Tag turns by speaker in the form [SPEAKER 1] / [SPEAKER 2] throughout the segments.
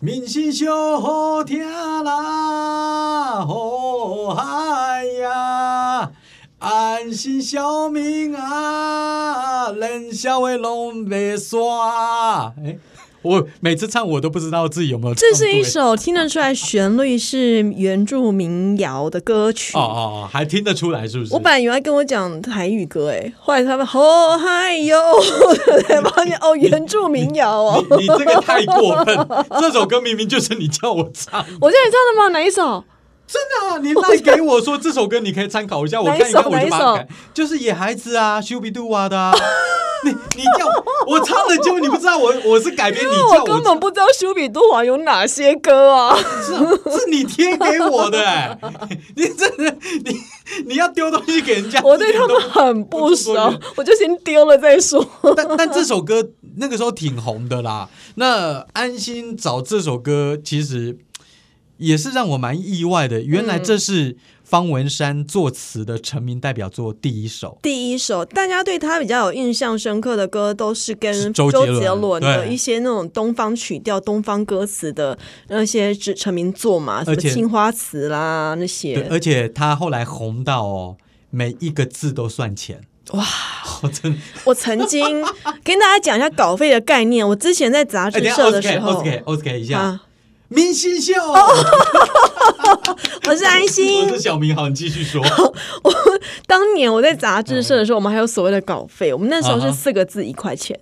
[SPEAKER 1] 民心烧好听啦，好嗨呀！安心小明啊，人笑的拢袂煞。哎，我每次唱我都不知道自己有没有唱
[SPEAKER 2] 这
[SPEAKER 1] 对。
[SPEAKER 2] 是一首听得出来旋律是原住民谣的歌曲。
[SPEAKER 1] 哦哦哦，还听得出来是不是？
[SPEAKER 2] 我本来以为他跟我讲台语歌，哎，后来他们哦嗨哟， 才发现哦原住民谣哦。
[SPEAKER 1] 你这个太过分！这首歌明明就是你叫我唱，
[SPEAKER 2] 我叫你唱的吗？哪一首？
[SPEAKER 1] 真的、啊，你赖给我说这首歌你可以参考一下，我
[SPEAKER 2] 哪一
[SPEAKER 1] 看一看
[SPEAKER 2] 首
[SPEAKER 1] 我就把
[SPEAKER 2] 哪
[SPEAKER 1] 它
[SPEAKER 2] 一
[SPEAKER 1] 改，就是野孩子啊，修比杜啊的、啊。你你叫我唱的，结果你不知道我我是改编，
[SPEAKER 2] 因
[SPEAKER 1] 你
[SPEAKER 2] 为
[SPEAKER 1] 叫
[SPEAKER 2] 哦 我
[SPEAKER 1] 我
[SPEAKER 2] 根本不知道修比多华有哪些歌啊。
[SPEAKER 1] 是是你贴给我的、哎 你真的你你要丢东西给人家，
[SPEAKER 2] 我对
[SPEAKER 1] 一点
[SPEAKER 2] 他
[SPEAKER 1] 都
[SPEAKER 2] 们很不
[SPEAKER 1] 不
[SPEAKER 2] 熟
[SPEAKER 1] 是说，
[SPEAKER 2] 我就先丢了再说。
[SPEAKER 1] 但但这首歌那个时候挺红的啦。那安心找这首歌，其实也是让我蛮意外的。原
[SPEAKER 2] 嗯
[SPEAKER 1] 来这是方文山作词的成名代表作第一首。
[SPEAKER 2] 第一首大家对他比较有印象深刻的歌，都是
[SPEAKER 1] 是
[SPEAKER 2] 跟
[SPEAKER 1] 周杰伦
[SPEAKER 2] 杰伦的
[SPEAKER 1] 对
[SPEAKER 2] 一些那种东方曲调、东方歌词的那些成成名作嘛，什
[SPEAKER 1] 而
[SPEAKER 2] 么
[SPEAKER 1] 且
[SPEAKER 2] 《青花瓷》啦那
[SPEAKER 1] 对，
[SPEAKER 2] 些。
[SPEAKER 1] 而且他后来红到哦，每一个字都算钱。 哇，真的！
[SPEAKER 2] 我曾经跟大家讲一下稿费的概念。我之前在杂
[SPEAKER 1] 哎，
[SPEAKER 2] 志
[SPEAKER 1] 等一下
[SPEAKER 2] 社的时候，
[SPEAKER 1] ，OSK，OSK，OSK 一下，
[SPEAKER 2] 啊，
[SPEAKER 1] 明星 秀，
[SPEAKER 2] 我是安心
[SPEAKER 1] 我。是小明，好，你继续 说。
[SPEAKER 2] 当年我在杂志社的时候，我们还有所谓的稿费，我们那时候
[SPEAKER 1] 啊哈
[SPEAKER 2] 是四个字一块钱。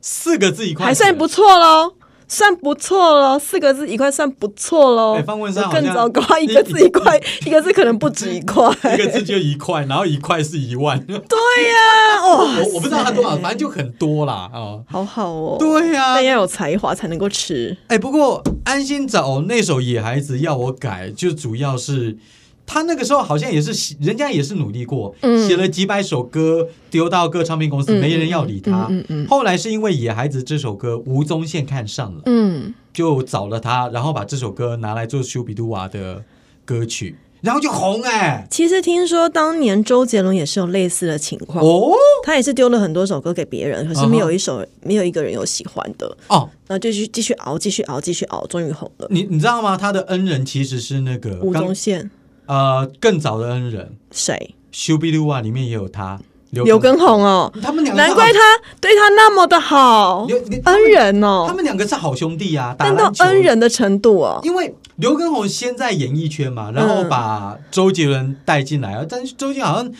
[SPEAKER 1] 四个字一块，
[SPEAKER 2] 还算不。错喽，算不错喽，四个字一块算不错喽。
[SPEAKER 1] 哎方文山
[SPEAKER 2] 有
[SPEAKER 1] 好像
[SPEAKER 2] 更糟糕，一个字一块，一个字可能不止一块。
[SPEAKER 1] 一个字就一块，然后一块是一万，
[SPEAKER 2] 对呀、 哦，
[SPEAKER 1] 我我不知道他多少，反正就很多啦啊。哦
[SPEAKER 2] 好好哦。
[SPEAKER 1] 对呀、
[SPEAKER 2] 但
[SPEAKER 1] 哎、
[SPEAKER 2] 要有才华才能够吃。
[SPEAKER 1] 不过安心找那首《野孩子》要我改，就主要是他那个时候好像也是写人家也是努力过，
[SPEAKER 2] 嗯
[SPEAKER 1] 写了几百首歌丢到各唱片公司，
[SPEAKER 2] 嗯
[SPEAKER 1] 没人要理他。
[SPEAKER 2] 嗯嗯嗯
[SPEAKER 1] 后来是因为《野孩子》这首歌吴宗宪看上了，
[SPEAKER 2] 嗯，
[SPEAKER 1] 就找了他，然后把这首歌拿来做修比杜瓦的歌曲，然后就红哎、
[SPEAKER 2] 其实听说当年周杰伦也是有类似的情况，
[SPEAKER 1] 哦
[SPEAKER 2] 他也是丢了很多首歌给别人，可
[SPEAKER 1] 啊哈
[SPEAKER 2] 是没有一首、没有一个人有喜欢的，
[SPEAKER 1] 哦，
[SPEAKER 2] 然后就去继续熬，继续熬，继续熬，终于红了。
[SPEAKER 1] 你你知道吗？他的恩人其实是那个嗯
[SPEAKER 2] 吴
[SPEAKER 1] 刚
[SPEAKER 2] 宗宪
[SPEAKER 1] 呃更早的恩人
[SPEAKER 2] 谁？
[SPEAKER 1] 修比杜瓦里面也有他
[SPEAKER 2] 刘根红哦，
[SPEAKER 1] 他们两个是
[SPEAKER 2] 难
[SPEAKER 1] 好
[SPEAKER 2] 怪他对他那么的好
[SPEAKER 1] 刘刘，
[SPEAKER 2] 恩人
[SPEAKER 1] 他
[SPEAKER 2] 哦，
[SPEAKER 1] 们两个是好兄弟啊，打
[SPEAKER 2] 但到
[SPEAKER 1] 篮球
[SPEAKER 2] 恩，人的程度哦，
[SPEAKER 1] 因为刘畊宏先在演艺圈
[SPEAKER 2] 嗯
[SPEAKER 1] 嘛，然后把周杰伦带进来，但是周杰伦好像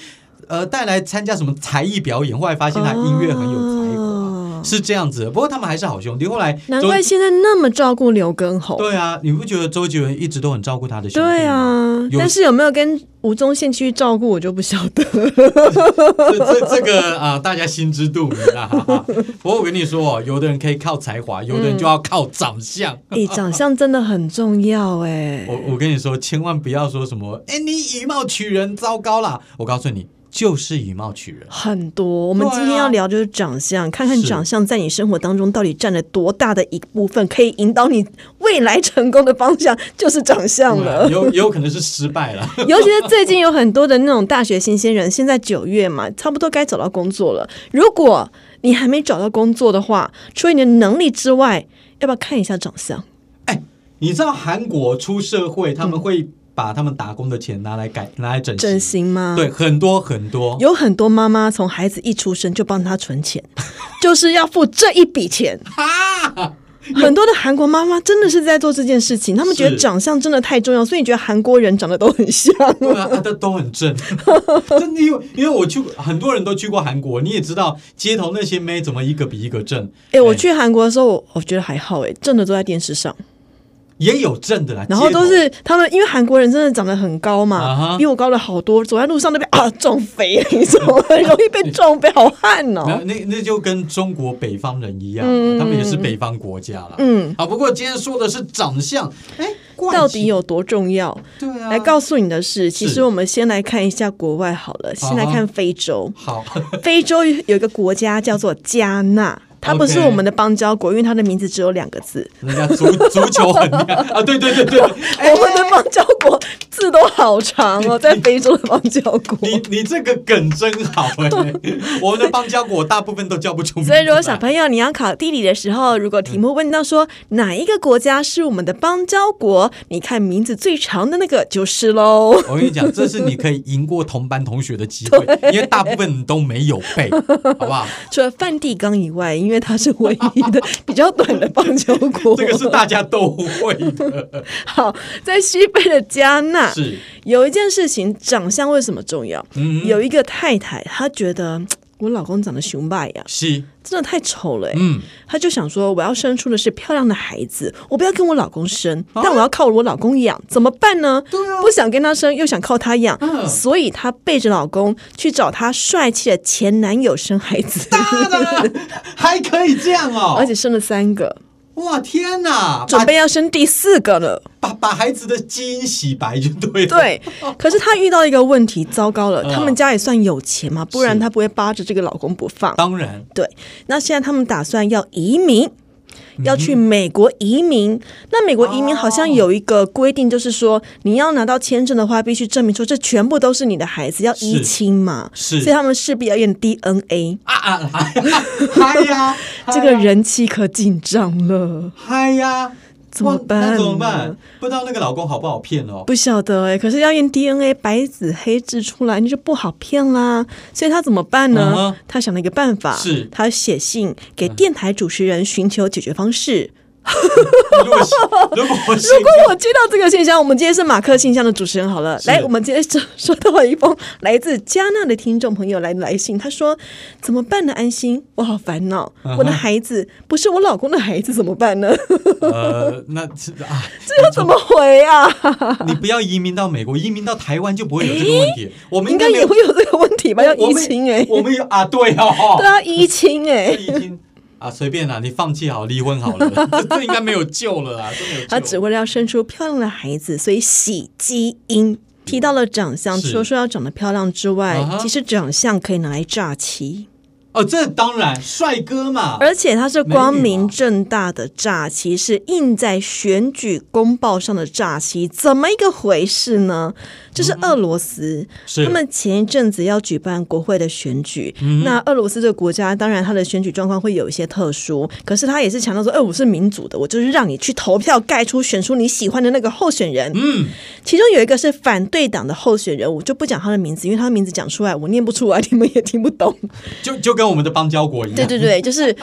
[SPEAKER 1] 呃带来参加什么才艺表演，后来发现他音乐很有才华，
[SPEAKER 2] 哦
[SPEAKER 1] 是这样子的。不过他们还是好兄弟，后来
[SPEAKER 2] 难
[SPEAKER 1] 周
[SPEAKER 2] 怪现在那么照顾刘畊宏。
[SPEAKER 1] 对啊，你不觉得周杰伦一直都很照顾他的兄弟吗？
[SPEAKER 2] 对啊，
[SPEAKER 1] 有
[SPEAKER 2] 但是有没有跟吴宗宪继续照顾，我就不晓 得。
[SPEAKER 1] 这这这个啊、大家心知肚明啊。哈哈不过我跟你说哦，有的人可以靠才华，有的人就要靠长相。
[SPEAKER 2] 哎，长相真的很重要哎。
[SPEAKER 1] 我我跟你说，千万不要说什么，哎，你以貌取人，糟糕啦！我告诉你，就是以貌取人。
[SPEAKER 2] 很多，我们今
[SPEAKER 1] 对
[SPEAKER 2] 天
[SPEAKER 1] 啊
[SPEAKER 2] 要聊就是长相，看看
[SPEAKER 1] 是
[SPEAKER 2] 长相在你生活当中到底占了多大的一部分，可以引导你未来成功的方向，就是长相了。
[SPEAKER 1] 对啊有有可能是失败了。
[SPEAKER 2] 尤其是最近有很多的那种大学新鲜人，现在九月嘛，差不多该找到工作了。如果你还没找到工作的话，除了你的能力之外，要不要看一下长相？
[SPEAKER 1] 嗯哎你知道韩国出社会，他们会把他们打工的钱拿来改，拿来整
[SPEAKER 2] 整形吗？
[SPEAKER 1] 对，，很多很多。
[SPEAKER 2] 有很多妈妈从孩子一出生就帮他存钱， 就是要付这一 笔钱。
[SPEAKER 1] 哈，
[SPEAKER 2] 很多的韩国妈妈真的是在做这件事情，他们觉得
[SPEAKER 1] 是
[SPEAKER 2] 长相真的太重要，所以你觉得韩国人长得都很像。
[SPEAKER 1] 对啊，啊都都很正，真的，因为因为我去过，很多人都去过韩国，你也知道，街头那些妹怎么一个比一个正。
[SPEAKER 2] 哎、我去韩国的时候，我我觉得还好、哎，真的都在电视上。
[SPEAKER 1] 也有正的啦，
[SPEAKER 2] 然后
[SPEAKER 1] 街头
[SPEAKER 2] 都是他们，因为韩国人真的长得很高嘛，
[SPEAKER 1] 啊哈
[SPEAKER 2] 比我高了好多，走在路上都被 啊撞飞，你怎么很容易被撞飞？好悍
[SPEAKER 1] 没有
[SPEAKER 2] 哦！
[SPEAKER 1] 那那就跟中国北方人一样，啊
[SPEAKER 2] 嗯
[SPEAKER 1] 他们也是北方国家啦。
[SPEAKER 2] 嗯，
[SPEAKER 1] 啊，不过今天说的是长相，哎，怪
[SPEAKER 2] 到
[SPEAKER 1] 奇
[SPEAKER 2] 底有多重要？
[SPEAKER 1] 对啊，
[SPEAKER 2] 来告诉你的是，其
[SPEAKER 1] 是
[SPEAKER 2] 实我们先来看一下国外好了，先来
[SPEAKER 1] 啊哈
[SPEAKER 2] 看非洲。
[SPEAKER 1] 好
[SPEAKER 2] 非洲有一个国家叫做加纳，它不是
[SPEAKER 1] OK
[SPEAKER 2] 我们的邦交国，因为它的名字只有两个字。
[SPEAKER 1] 人家足足球很厉害啊，对对对对，
[SPEAKER 2] 我们的邦交国字都好长 哦，在非洲的邦交国。
[SPEAKER 1] 你你这个梗真好哎、我们的邦交国大部分都叫不 出名字
[SPEAKER 2] 所
[SPEAKER 1] 来。
[SPEAKER 2] 以，如果小朋友你要考地理的时候，如果题目问到说哪一个国家是我们的邦交国，你看名字最长的那个就是喽。
[SPEAKER 1] 我跟你讲，这是你可以赢过同班同学的机会，因为大部分你都没有 背，好不好？
[SPEAKER 2] 除了梵蒂冈以外，因为它是唯一的比较短的邦交 国。
[SPEAKER 1] 这个是大家都会的，
[SPEAKER 2] 好，在西非的加纳，
[SPEAKER 1] 是，
[SPEAKER 2] 有一件事情，长相为什么重要？
[SPEAKER 1] 嗯，
[SPEAKER 2] 有一个太太，她觉得我老公长得熊拜呀，
[SPEAKER 1] 是，
[SPEAKER 2] 真的太丑了、欸。
[SPEAKER 1] 嗯，
[SPEAKER 2] 她就想说，我要生出的是漂亮的孩子，我不要跟我老公生，但我要靠我老公养，怎么办呢？
[SPEAKER 1] 啊对啊
[SPEAKER 2] 不想跟他生，又想靠他养，
[SPEAKER 1] 嗯
[SPEAKER 2] 所以她背着老公去找她帅气的前男友生孩子，
[SPEAKER 1] 大的啊还可以这样哦，
[SPEAKER 2] 而且生了三个，
[SPEAKER 1] 哇天哪，把
[SPEAKER 2] 准备要生第四个 了。
[SPEAKER 1] 把把孩子的基因洗白就对了，
[SPEAKER 2] 对，可是她遇到一个问题，糟糕了，
[SPEAKER 1] 嗯
[SPEAKER 2] 他们家也算有钱嘛，不然
[SPEAKER 1] 是
[SPEAKER 2] 她不会扒着这个老公不放。
[SPEAKER 1] 当然
[SPEAKER 2] 对，那现在他们打算要移
[SPEAKER 1] 嗯
[SPEAKER 2] 民，要去美国移民。那美国移民好像有一个规定，就是说你要拿到签证的话，必须证明说这全部都是你的孩子，要移
[SPEAKER 1] 是
[SPEAKER 2] 亲嘛。
[SPEAKER 1] 是
[SPEAKER 2] 所以他们势必要验 DNA。
[SPEAKER 1] 啊 啊，嗨 呀嗨呀，
[SPEAKER 2] 这个人气可紧张了，
[SPEAKER 1] 嗨呀，
[SPEAKER 2] 怎么
[SPEAKER 1] 哇
[SPEAKER 2] 办
[SPEAKER 1] 那
[SPEAKER 2] 呢
[SPEAKER 1] 怎么办？不知道那个老公好不好骗哦。
[SPEAKER 2] 不晓得哎、可是要验 DNA，白纸黑字出来，那就不好骗啦。所以他怎么办呢
[SPEAKER 1] 嗯哼
[SPEAKER 2] 他想了一个办法，
[SPEAKER 1] 是
[SPEAKER 2] 他写信给电台主持人寻求解决方式。
[SPEAKER 1] 如 果如果我
[SPEAKER 2] 如果我接到这个信箱，我们今天是马克信箱的主持人好了。
[SPEAKER 1] 是
[SPEAKER 2] 来，我们今天收收到了一封来自加纳的听众朋友来来信，他说：“怎么办呢？安心，我好烦恼，
[SPEAKER 1] 嗯哼
[SPEAKER 2] 我的孩子不是我老公的孩子，怎么 办呢？
[SPEAKER 1] 呃，那是啊，
[SPEAKER 2] 这要怎么回 啊？
[SPEAKER 1] 你不要移民到美国，移民到台湾就不会有这个问 题。我们
[SPEAKER 2] 应该
[SPEAKER 1] 没
[SPEAKER 2] 也
[SPEAKER 1] 有
[SPEAKER 2] 会有这个问题吧？要
[SPEAKER 1] 我
[SPEAKER 2] 移
[SPEAKER 1] 们
[SPEAKER 2] 情哎、
[SPEAKER 1] 我们有啊，对哦，
[SPEAKER 2] 对啊，移情哎、
[SPEAKER 1] 这已经啊，随便啦，你放弃好，离婚好了，这这应该没有救了啦，真没有
[SPEAKER 2] 他
[SPEAKER 1] 救
[SPEAKER 2] 只。为了要生出漂亮的孩子，所以洗基因。提到了长相，
[SPEAKER 1] 是
[SPEAKER 2] 除了说要长得漂亮之外
[SPEAKER 1] 啊哈
[SPEAKER 2] 其实长相可以拿来诈欺。
[SPEAKER 1] 哦，这当然，帅哥嘛，
[SPEAKER 2] 而且它是光
[SPEAKER 1] 美女
[SPEAKER 2] 明
[SPEAKER 1] 嘛
[SPEAKER 2] 正大的诈欺，是印在选举公报上的诈欺，怎么一个回事呢？这是俄罗斯，
[SPEAKER 1] 嗯是嗯
[SPEAKER 2] 他们前一阵子要举办国会的选举，那俄罗斯这个国家当然它的选举状况会有一些特殊，可是他也是强调说，哎、我是民主的，我就是让你去投票盖出选出你喜欢的那个候选人。
[SPEAKER 1] 嗯，
[SPEAKER 2] 其中有一个是反对党的候选人，我就不讲他的名字，因为他的名字讲出来我念不出来，你们也听不懂。
[SPEAKER 1] 就就跟我们的邦交国一样，
[SPEAKER 2] 对对对，就是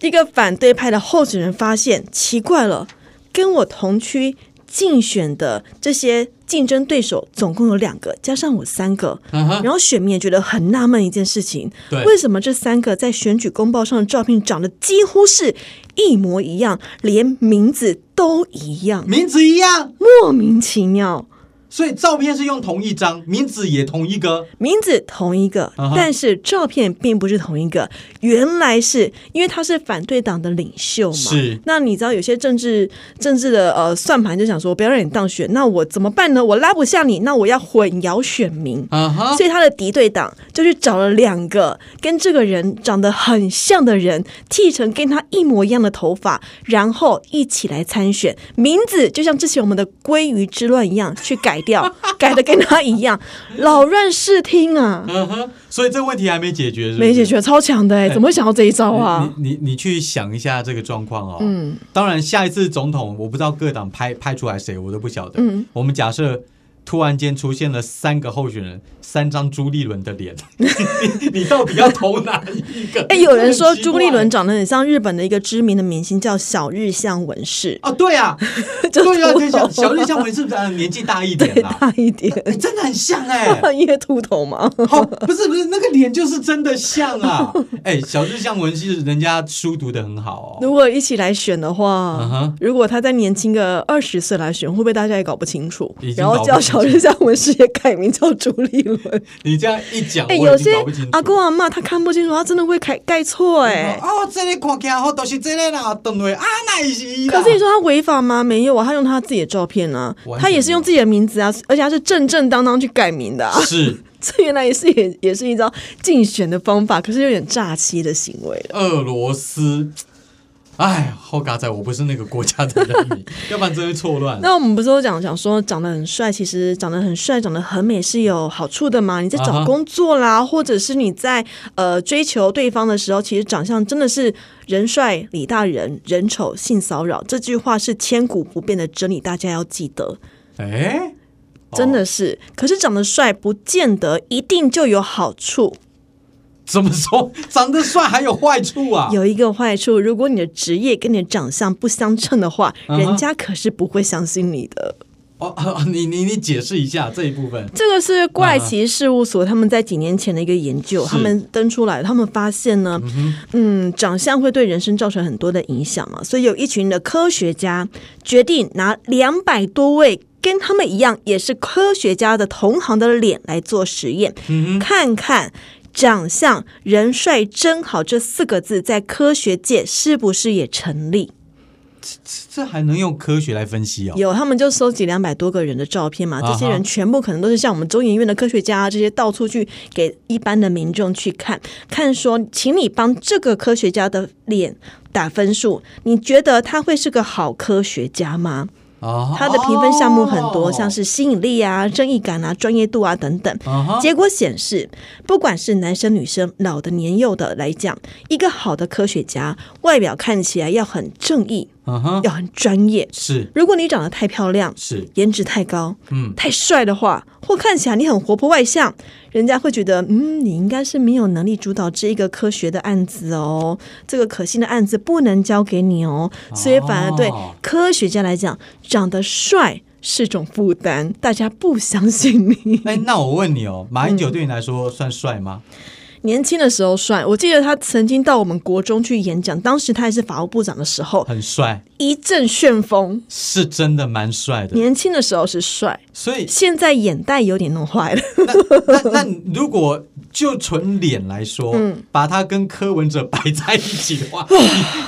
[SPEAKER 2] 一个反对派的候选人发现奇怪了，跟我同区竞选的这些竞争对手总共有两个，加上我三个。
[SPEAKER 1] 嗯哼，
[SPEAKER 2] 然后选民也觉得很纳闷一件事情
[SPEAKER 1] 对，
[SPEAKER 2] 为什么这三个在选举公报上的照片长得几乎是一模一样，连名字都一样，
[SPEAKER 1] 名字一样，
[SPEAKER 2] 莫名其妙。
[SPEAKER 1] 所以照片是用同一张，名字也同一个，
[SPEAKER 2] 名字同一个
[SPEAKER 1] 啊哈
[SPEAKER 2] 但是照片并不是同一个。原来是因为他是反对党的领袖嘛。
[SPEAKER 1] 是
[SPEAKER 2] 那你知道有些政治政治的呃算盘就想说，不要让你当选，那我怎么办呢？我拉不下你，那我要混淆选民。
[SPEAKER 1] 啊哈，
[SPEAKER 2] 所以他的敌对党就去找了两个跟这个人长得很像的人，剃成跟他一模一样的头发，然后一起来参选。名字就像之前我们的“鲑鱼之乱”一样去改掉，改的跟他一样，扰乱视听啊！
[SPEAKER 1] 嗯哼，所以这个问题还没解决是不是，
[SPEAKER 2] 没解决，超强的哎、怎么会想到这一招啊？
[SPEAKER 1] 你你你去想一下这个状况哦。嗯，当然，下一次总统我不知道各党派派出来谁，我都不晓得。嗯，我们假设突然间出现了三个候选人，三张朱立伦的 脸，你你到底要投哪一个？
[SPEAKER 2] 哎、有人
[SPEAKER 1] 这
[SPEAKER 2] 说
[SPEAKER 1] 很奇怪
[SPEAKER 2] 朱立伦长得很像日本的一个知名的明星，叫小日向文世，
[SPEAKER 1] 哦，对啊，
[SPEAKER 2] 就
[SPEAKER 1] 对啊，
[SPEAKER 2] 秃
[SPEAKER 1] 就
[SPEAKER 2] 头
[SPEAKER 1] 像小日向文是不是呃年纪大一点
[SPEAKER 2] 对
[SPEAKER 1] 啦？
[SPEAKER 2] 大一点，
[SPEAKER 1] 哎真的很像 哎、
[SPEAKER 2] 因为秃头嘛。
[SPEAKER 1] 好，不是不是，那个脸就是真的像 啊！哎、小日向文是人家书读的很好 哦。
[SPEAKER 2] 如果一起来选的话
[SPEAKER 1] 嗯哼
[SPEAKER 2] 如果他再年轻个二十岁来选，会不会大家也搞不清楚
[SPEAKER 1] 已？经
[SPEAKER 2] 然
[SPEAKER 1] 搞不
[SPEAKER 2] 后叫
[SPEAKER 1] 清楚
[SPEAKER 2] 小日向文世也改名叫朱 立伦。
[SPEAKER 1] 你这样一讲，
[SPEAKER 2] 哎、
[SPEAKER 1] 我
[SPEAKER 2] 有
[SPEAKER 1] 已经
[SPEAKER 2] 些
[SPEAKER 1] 搞不清楚
[SPEAKER 2] 阿公阿妈他看不清楚，他真的会改盖错哎。
[SPEAKER 1] 哦，这里看起来好都是这个啦，等位啊，那是伊啦
[SPEAKER 2] 可是你说他违法吗？没有啊，他用他自己的照片啊
[SPEAKER 1] 完全，
[SPEAKER 2] 他也是用自己的名字啊，而且他是正正当当去改名的、啊。
[SPEAKER 1] 是
[SPEAKER 2] 这原来也是也也是一招竞选的方法，可是有点诈欺的行为了。
[SPEAKER 1] 俄罗斯，哎，好嘎仔，我不是那个国家的人民，要不然真会错乱。
[SPEAKER 2] 那我们不是都讲讲说长得很帅，其实长得很帅、长得很美是有好处的嘛？你在
[SPEAKER 1] 啊哈
[SPEAKER 2] 找工作啦或者是你在呃追求对方的时候，其实长相真的是人帅理大人，人丑性骚扰。这句话是千古不变的真理，大家要记得，
[SPEAKER 1] 哎，
[SPEAKER 2] 真
[SPEAKER 1] 哦
[SPEAKER 2] 的是。可是长得帅不见得一定就有好处，
[SPEAKER 1] 怎么说？长得帅还有坏处啊？
[SPEAKER 2] 有一个坏处，如果你的职业跟你的长相不相称的话，
[SPEAKER 1] 啊哈
[SPEAKER 2] 人家可是不会相信你的。
[SPEAKER 1] 哦， 啊你你你解释一下这一部分。
[SPEAKER 2] 这个是怪奇事务所他们在几年前的一个研究，
[SPEAKER 1] 是
[SPEAKER 2] 他们登出来，他们发现呢，嗯，长相会对人生造成很多的影响嘛，所以有一群的科学家决定拿两百多位。跟他们一样，也是科学家的同行的脸来做实验，看看长相“人帅真好”这四个字在科学界是不是也成立？
[SPEAKER 1] 这这还能用科学来分析哦？
[SPEAKER 2] 有，他们就收集两百多个人的照片嘛，
[SPEAKER 1] 啊哈
[SPEAKER 2] 这些人全部可能都是像我们中研院的科学家、啊、这些到处去给一般的民众去看看说，请你帮这个科学家的脸打分数，你觉得他会是个好科学家吗？
[SPEAKER 1] 啊，
[SPEAKER 2] 他的评分项目很多，
[SPEAKER 1] 哦
[SPEAKER 2] 像是吸引力啊、正义感啊、专业度啊等等。
[SPEAKER 1] 啊哈
[SPEAKER 2] 结果显示，不管是男生、女生、老的、年幼的来讲，一个好的科学家外表看起来要很正义，
[SPEAKER 1] 啊哈，
[SPEAKER 2] 要很专业。
[SPEAKER 1] 是
[SPEAKER 2] 如果你长得太漂亮，
[SPEAKER 1] 是，
[SPEAKER 2] 颜值太高、
[SPEAKER 1] 嗯，
[SPEAKER 2] 太帅的话，或看起来你很活泼外向，人家会觉得，嗯，你应该是没有能力主导这一个科学的案子哦，这个可信的案子不能交给你哦。所以反而对
[SPEAKER 1] 哦
[SPEAKER 2] 科学家来讲，长得帅是种负担，大家不相信你。
[SPEAKER 1] 哎，那我问你哦，马英九对你来说算帅吗？
[SPEAKER 2] 年轻的时候帅，我记得他曾经到我们国中去演讲，当时他还是法务部长的时候，
[SPEAKER 1] 很帅，
[SPEAKER 2] 一阵旋风。
[SPEAKER 1] 是真的蛮帅的。
[SPEAKER 2] 年轻的时候是帅，
[SPEAKER 1] 所以，
[SPEAKER 2] 现在眼袋有点弄坏了。
[SPEAKER 1] 那那如果就纯脸来说，
[SPEAKER 2] 嗯
[SPEAKER 1] 把他跟柯文哲摆在一起的话，你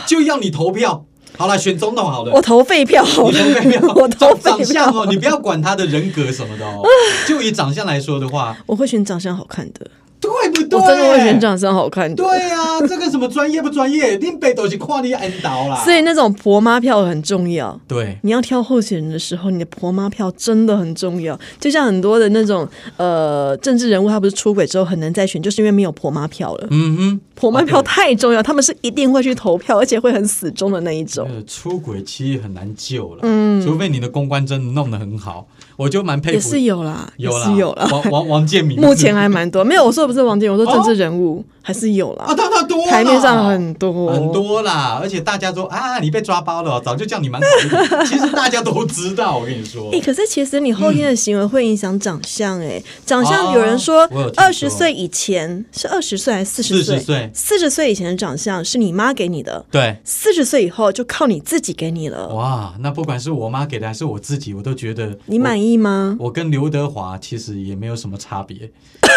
[SPEAKER 1] 就要你投票。好了，选总统好 了
[SPEAKER 2] 我。投废票好
[SPEAKER 1] 你
[SPEAKER 2] 了，
[SPEAKER 1] 投废票，
[SPEAKER 2] 我投
[SPEAKER 1] 长
[SPEAKER 2] 废
[SPEAKER 1] 长
[SPEAKER 2] 票
[SPEAKER 1] 相哦，你不要管他的人格什么的哦。就以长相来说的 话，
[SPEAKER 2] 我会选长相好看的，
[SPEAKER 1] 对不对？
[SPEAKER 2] 我真的会选长相好看的。
[SPEAKER 1] 对啊，这个什么专业不专业，你北斗是跨你恩导啦。
[SPEAKER 2] 所以那种婆妈票很重要。
[SPEAKER 1] 对，
[SPEAKER 2] 你要挑候选人的时候，你的婆妈票真的很重要。就像很多的那种呃政治人物，他不是出轨之后很难再选，就是因为没有婆妈票了。
[SPEAKER 1] 嗯哼，
[SPEAKER 2] 婆妈
[SPEAKER 1] 哦
[SPEAKER 2] 票太重要，他们是一定会去投票，而且会很死忠的那一种。
[SPEAKER 1] 呃，出轨其实很难救了，嗯，除非你的公关真的弄得很好，我就蛮佩服，
[SPEAKER 2] 也是有啦，
[SPEAKER 1] 有
[SPEAKER 2] 也
[SPEAKER 1] 啦，
[SPEAKER 2] 是有啦。
[SPEAKER 1] 王王王建民
[SPEAKER 2] 目前啊还蛮多，没有我说的不是王健，我说政治人物、还是有啦，
[SPEAKER 1] 啊，当然多啦，
[SPEAKER 2] 台面上很多
[SPEAKER 1] 很多啦，而且大家说啊，你被抓包了，早就叫你蛮好一 点，其实大家都知道，我跟你说
[SPEAKER 2] 哎、，可是其实你后天的行为会影响长相、哎、长相
[SPEAKER 1] 哦
[SPEAKER 2] 有人说
[SPEAKER 1] 我有听说
[SPEAKER 2] 二十岁以前是二十岁还是四十岁？
[SPEAKER 1] 40岁
[SPEAKER 2] 四十岁以前的长相是你妈给你的，
[SPEAKER 1] 对。
[SPEAKER 2] 四十岁以后就靠你自己给你了。
[SPEAKER 1] 哇，那不管是我妈给的还是我自己，我都觉得
[SPEAKER 2] 你满意吗？
[SPEAKER 1] 我跟刘德华其实也没有什么差别，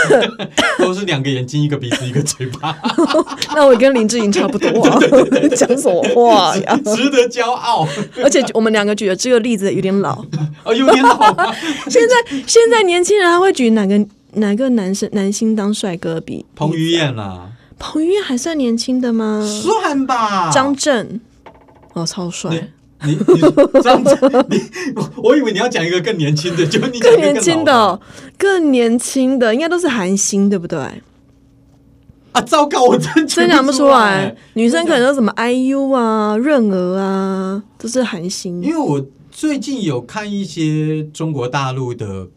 [SPEAKER 1] 都是两个眼睛、一个鼻子、一个嘴 巴，
[SPEAKER 2] 那我跟林志颖差不多、啊， 讲什么话呀？
[SPEAKER 1] 值得骄傲。
[SPEAKER 2] 而且我们两个举的这个例子有点老。
[SPEAKER 1] 哦，有点老吗？
[SPEAKER 2] 现在现在年轻人他会举哪个哪个男生男星当帅哥比？
[SPEAKER 1] 彭于晏啦，
[SPEAKER 2] 彭于晏还算年轻的吗？
[SPEAKER 1] 算吧。
[SPEAKER 2] 嗯张震哦，超帅
[SPEAKER 1] 你。你你张震，你我我以为你要讲一个更年轻的，就你讲一
[SPEAKER 2] 更
[SPEAKER 1] 个
[SPEAKER 2] 年轻
[SPEAKER 1] 老
[SPEAKER 2] 的
[SPEAKER 1] 的
[SPEAKER 2] 哦，更年轻的应该都是韩星，对不对？
[SPEAKER 1] 啊！糟糕，我真
[SPEAKER 2] 真讲不出来
[SPEAKER 1] 来，，
[SPEAKER 2] 女生可能都什么 IU 啊、润儿啊，都是韩星
[SPEAKER 1] 因。为我最近有看一些中国大陆的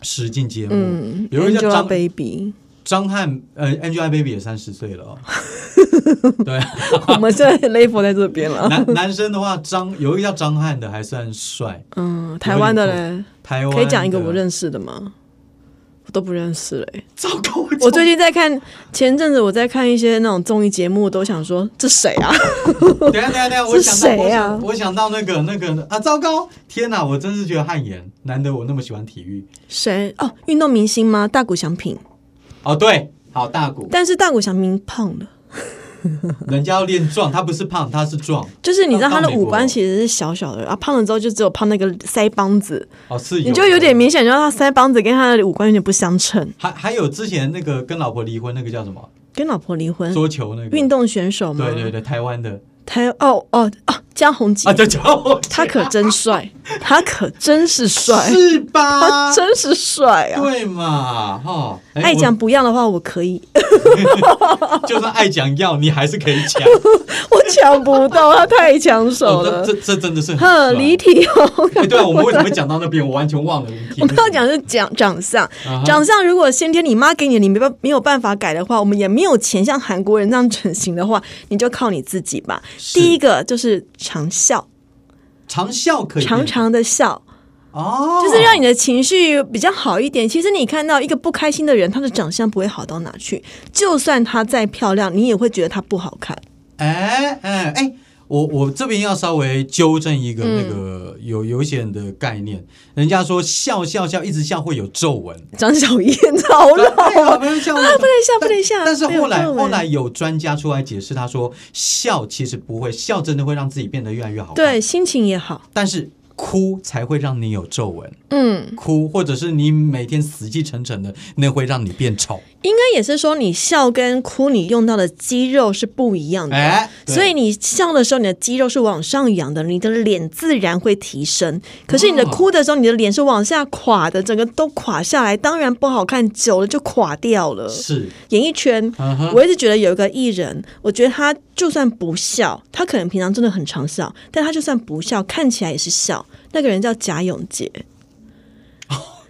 [SPEAKER 1] 实境节目，
[SPEAKER 2] 嗯
[SPEAKER 1] 有人叫张
[SPEAKER 2] ，Angelababy，
[SPEAKER 1] 张翰，呃，Angelababy 也三十岁了 哦。对啊，
[SPEAKER 2] 我们现在 level 在这边 了。
[SPEAKER 1] 男男生的话，张有一个叫张翰的还算帅，
[SPEAKER 2] 嗯，台湾的嘞，
[SPEAKER 1] 台湾
[SPEAKER 2] 可以讲一个
[SPEAKER 1] 的
[SPEAKER 2] 我认识的吗？我都不认识嘞。
[SPEAKER 1] 糟糕，
[SPEAKER 2] 我最近在看，前阵子我在看一些那种综艺节目，都想说这谁啊？
[SPEAKER 1] 等一下等一下等一下，我
[SPEAKER 2] 是
[SPEAKER 1] 想到我
[SPEAKER 2] 谁
[SPEAKER 1] 想
[SPEAKER 2] 啊
[SPEAKER 1] 我想到那个那个啊，糟糕！天哪，我真是觉得汗颜，难得我那么喜欢体育。
[SPEAKER 2] 谁哦？运动明星吗？大谷翔平，
[SPEAKER 1] 哦，对，好大鼓，
[SPEAKER 2] 但是大谷翔平胖了。
[SPEAKER 1] 人家要练壮，他不是胖，他是壮。
[SPEAKER 2] 就是你知道
[SPEAKER 1] 到
[SPEAKER 2] 他的
[SPEAKER 1] 美国
[SPEAKER 2] 五官其实是小小的，啊，胖了之后就只有胖那个腮帮子，
[SPEAKER 1] 哦，是
[SPEAKER 2] 你就有点明显，就他腮帮子跟他的五官有点不相称。
[SPEAKER 1] 还还有之前那个跟老婆离婚那个叫什么
[SPEAKER 2] 跟老婆离婚，
[SPEAKER 1] 桌球那个
[SPEAKER 2] 嗯运，动选手嘛，
[SPEAKER 1] 对对对，台湾的
[SPEAKER 2] 台哦哦哦，江宏杰
[SPEAKER 1] 啊，，这叫我
[SPEAKER 2] 他可真帅，他可真是帅，
[SPEAKER 1] 是吧
[SPEAKER 2] 他？真是帅啊！
[SPEAKER 1] 对嘛，哦，哎
[SPEAKER 2] 爱讲不要的话，我可以，
[SPEAKER 1] 我就算爱讲要，你还是可以 抢。
[SPEAKER 2] 我抢不到，他太抢手
[SPEAKER 1] 哦，
[SPEAKER 2] 了
[SPEAKER 1] 这。这这真的是很
[SPEAKER 2] 呵，
[SPEAKER 1] 帅
[SPEAKER 2] 离题哦，
[SPEAKER 1] 哎对啊，我们为什么会讲到那边？我完全忘了离题。
[SPEAKER 2] 我们要讲 的是长长相
[SPEAKER 1] 啊哈，
[SPEAKER 2] 长相如果先天你妈给你，你没办没有办法改的话，我们也没有钱像韩国人那样整形的话，你就靠你自己吧。
[SPEAKER 1] 是
[SPEAKER 2] 第一个就是长笑，
[SPEAKER 1] 长笑可以
[SPEAKER 2] 长长的笑，
[SPEAKER 1] 哦，
[SPEAKER 2] 就是让你的情绪比较好一点。其实你看到一个不开心的人，他的长相不会好到哪去，就算他再漂亮，你也会觉得他不好看。
[SPEAKER 1] 哎哎哎，我我这边要稍微纠正一
[SPEAKER 2] 嗯
[SPEAKER 1] 个那个、有有一些人的概念，人家说笑笑笑一直笑会有皱 纹。
[SPEAKER 2] 张小燕好
[SPEAKER 1] 对
[SPEAKER 2] 老，
[SPEAKER 1] 啊，不能笑，不
[SPEAKER 2] 啊 不能笑不能笑
[SPEAKER 1] 但但是后来
[SPEAKER 2] 会有皱纹
[SPEAKER 1] 后来有专家出来解释，他说笑其实不会，笑真的会让自己变得越来越好看。，
[SPEAKER 2] 对，心情也好，
[SPEAKER 1] 但是哭才会让你有皱纹。
[SPEAKER 2] 嗯。
[SPEAKER 1] 哭，或者是你每天死气沉沉的，那会让你变丑。
[SPEAKER 2] 应该也是说，你笑跟哭，你用到的肌肉是不一样的。
[SPEAKER 1] 哎对
[SPEAKER 2] 所以你笑的时候，你的肌肉是往上扬的，你的脸自然会提升。可是你的
[SPEAKER 1] 哦
[SPEAKER 2] 哭的时候，你的脸是往下垮的，整个都垮下来，当然不好看，久了就垮掉了。
[SPEAKER 1] 是，
[SPEAKER 2] 演艺圈
[SPEAKER 1] 嗯哼
[SPEAKER 2] 我一直觉得有一个艺人，我觉得他就算不笑，他可能平常真的很常笑，但他就算不笑，看起来也是笑。那个人叫贾永杰。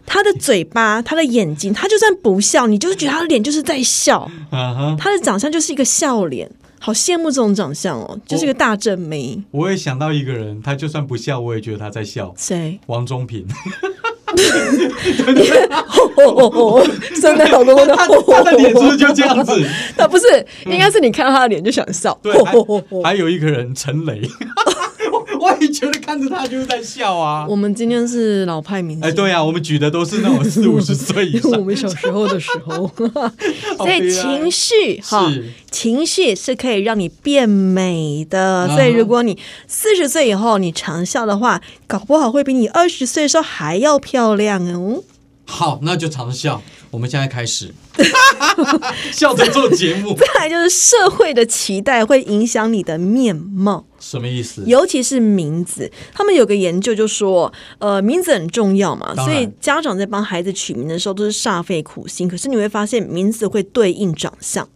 [SPEAKER 2] 他的嘴巴，他的眼睛，他就算不笑，你就是觉得他的脸就是在笑，
[SPEAKER 1] 嗯哼，
[SPEAKER 2] 他的长相就是一个笑脸，好羡慕这种长相哦，就是一个大正妹。
[SPEAKER 1] 我也想到一个人，他就算不笑，我也觉得他在笑。
[SPEAKER 2] 谁？
[SPEAKER 1] 王中 平，
[SPEAKER 2] 哦哦哦，圣诞老公公的，
[SPEAKER 1] 他他的脸是不是就这样 子？
[SPEAKER 2] 他不是，应该是你看到他的脸就想笑。
[SPEAKER 1] 对，还还有一个人陈雷，我 我也觉得看着他就是在笑啊。
[SPEAKER 2] 我们今天是老派明星。
[SPEAKER 1] 哎，对啊，我们举的都是那种四五十岁以
[SPEAKER 2] 我
[SPEAKER 1] 上，
[SPEAKER 2] 们小时候的时候，
[SPEAKER 1] 好
[SPEAKER 2] 所以
[SPEAKER 1] 悲哀
[SPEAKER 2] 情绪哈
[SPEAKER 1] 是，
[SPEAKER 2] 情绪是可以让你变美的
[SPEAKER 1] 嗯。哼
[SPEAKER 2] 所以如果你四十岁以后你长笑的话，搞不好会比你二十岁的时候还要漂亮哦。
[SPEAKER 1] 好，那就常笑。我们现在开始， 笑着做节 目，
[SPEAKER 2] 再来就是社会的期待会影响你的面貌。
[SPEAKER 1] 什么意思？
[SPEAKER 2] 尤其是名字，他们有个研究就说，呃，名字很重要嘛，
[SPEAKER 1] 当
[SPEAKER 2] 所
[SPEAKER 1] 然
[SPEAKER 2] 以家长在帮孩子取名的时候都是煞费苦心。可是你会发现，名字会对应长相。